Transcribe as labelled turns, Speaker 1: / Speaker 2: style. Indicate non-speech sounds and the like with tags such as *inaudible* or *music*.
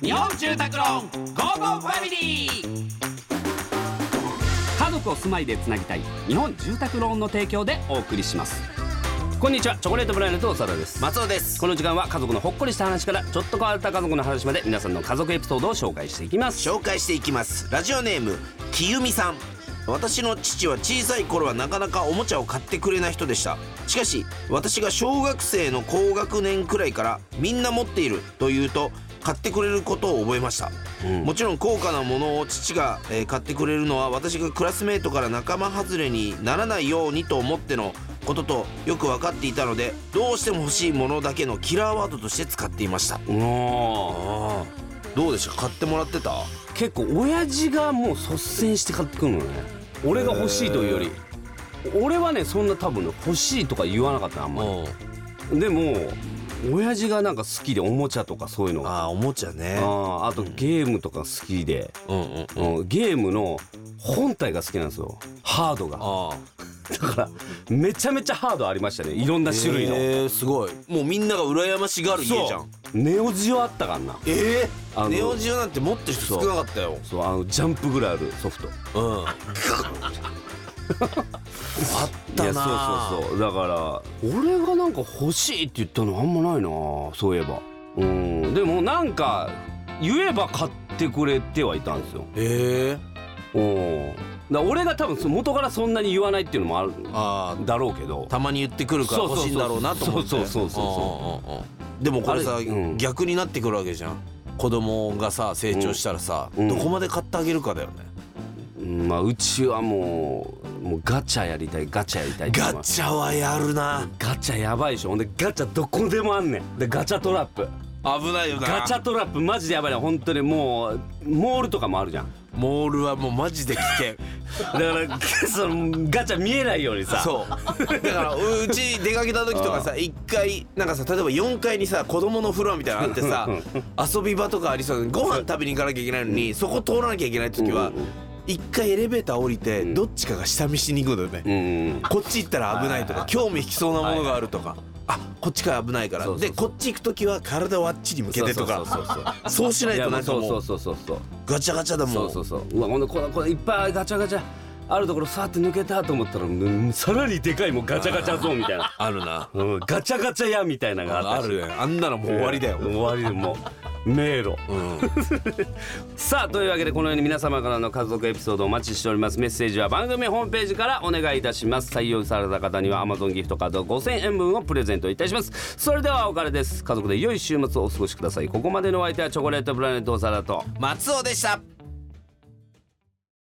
Speaker 1: 日本住宅ローンゴーゴーファミリー家族を住まいでつなぎたい日本住宅ローンの提供でお送りしますこんにちはチョコレートプラネット長田です
Speaker 2: 松尾です
Speaker 1: この時間は家族のほっこりした話からちょっと変わった家族の話まで皆さんの家族エピソードを紹介していきます
Speaker 2: 紹介していきますラジオネームきゆみさん私の父は小さい頃はなかなかおもちゃを買ってくれない人でしたしかし私が小学生の高学年くらいからみんな持っているというと買ってくれることを覚えました、もちろん高価なものを父が、えー買ってくれるのは私がクラスメートから仲間外れにならないようにと思ってのこととよく分かっていたのでどうしても欲しいものだけのキラーワードとして使っていました
Speaker 1: お
Speaker 2: ああどうでした買ってもらってた
Speaker 1: ー結構親父がもう率先して買ってくるのね俺が欲しいというより俺はねそんな多分ね欲しいとか言わなかったのあんまり
Speaker 2: ん
Speaker 1: でも親父がなんか好きでおもちゃとかそういうのが
Speaker 2: ああおもちゃね
Speaker 1: あーあとゲームとか好きで、
Speaker 2: うんうん
Speaker 1: うんゲームの本体が好きなんですよハードが
Speaker 2: ああ
Speaker 1: だからめちゃめちゃハードありましたねいろんな種類の、
Speaker 2: えー、すごいもうみんなが羨ましがる家じゃん
Speaker 1: そうネオジオあったからな
Speaker 2: ええ
Speaker 1: あの
Speaker 2: ネオジオなんて持ってる人少なかったよ
Speaker 1: そうあのジャンプぐらいあるソフト
Speaker 2: うん *laughs* あったなあ
Speaker 1: そうそうそうだから俺がなんか欲しいって言ったのあんまないなそういえばうんでもなんか言えば買ってくれてはいたんですよ
Speaker 2: ええ
Speaker 1: うんだから俺が多分そ元からそんなに言わないっていうのもある
Speaker 2: ああ
Speaker 1: だろうけど
Speaker 2: たまに言ってくるか
Speaker 1: そ
Speaker 2: ら
Speaker 1: う
Speaker 2: 欲
Speaker 1: そうそう
Speaker 2: しいんだろうなと思って
Speaker 1: そうそうそうそ
Speaker 2: うんうんうんでもこれさ、
Speaker 1: あれうん
Speaker 2: 逆になってくるわけじゃん子供がさ成長したらさ、
Speaker 1: うん
Speaker 2: どこまで買ってあげるかだよね、
Speaker 1: うんまあうちはもうもうガチャやりたいガチャやりたいって
Speaker 2: ガチャはやるな
Speaker 1: ガチャやばいでしょほんでガチャどこでもあんねんでガチャトラップ
Speaker 2: 危ないよな
Speaker 1: ガチャトラップマジでやばいな本当にもうモールとかもあるじゃん
Speaker 2: モールはもうマジで危険
Speaker 1: だから *laughs* そのガチャ見えないようにさ
Speaker 2: そうだからうち出かけた時とかさ1階なんかさ例えば4階にさ子供のフロアみたいなのあってさ遊び場とかありそうなのにご飯食べに行かなきゃいけないのにそこ通らなきゃいけない時は
Speaker 1: うんうん
Speaker 2: 1階エレベーター降りてどっちかが下見しに行くんだよ
Speaker 1: う
Speaker 2: ね、
Speaker 1: ん
Speaker 2: こっち行ったら危ないとか興味引きそうなものがあるとか、あこっちから危ないから
Speaker 1: そうそうそう
Speaker 2: でこっち行く時は体をあっちに向けてとか
Speaker 1: そうそうそうそう
Speaker 2: そうしないとなんか
Speaker 1: そうそ
Speaker 2: も
Speaker 1: う
Speaker 2: う
Speaker 1: そうそうそう
Speaker 2: ガチャガチャだもん
Speaker 1: そうそうそううわほんでこれこれいっぱいガチャガチャあるところさーって抜けたと思ったらうんさらにでかいもうガチャガチャゾーンみたい
Speaker 2: *laughs*
Speaker 1: な、
Speaker 2: あるな
Speaker 1: うん、ガチャガチャ屋みたいなのがあ
Speaker 2: あ
Speaker 1: ったし
Speaker 2: るねあんなのもう終わりだよ、
Speaker 1: 終わりでもう迷
Speaker 2: *laughs*
Speaker 1: 路
Speaker 2: うん
Speaker 1: さあというわけでこのように皆様からの家族エピソードをお待ちしておりますメッセージは番組ホームページからお願いいたします採用された方には Amazon ギフトカード5000円分をプレゼントいたしますそれではお別れです家族で良い週末をお過ごしくださいここまでのお相手はチョコレートプラネット長田と
Speaker 2: 松尾でした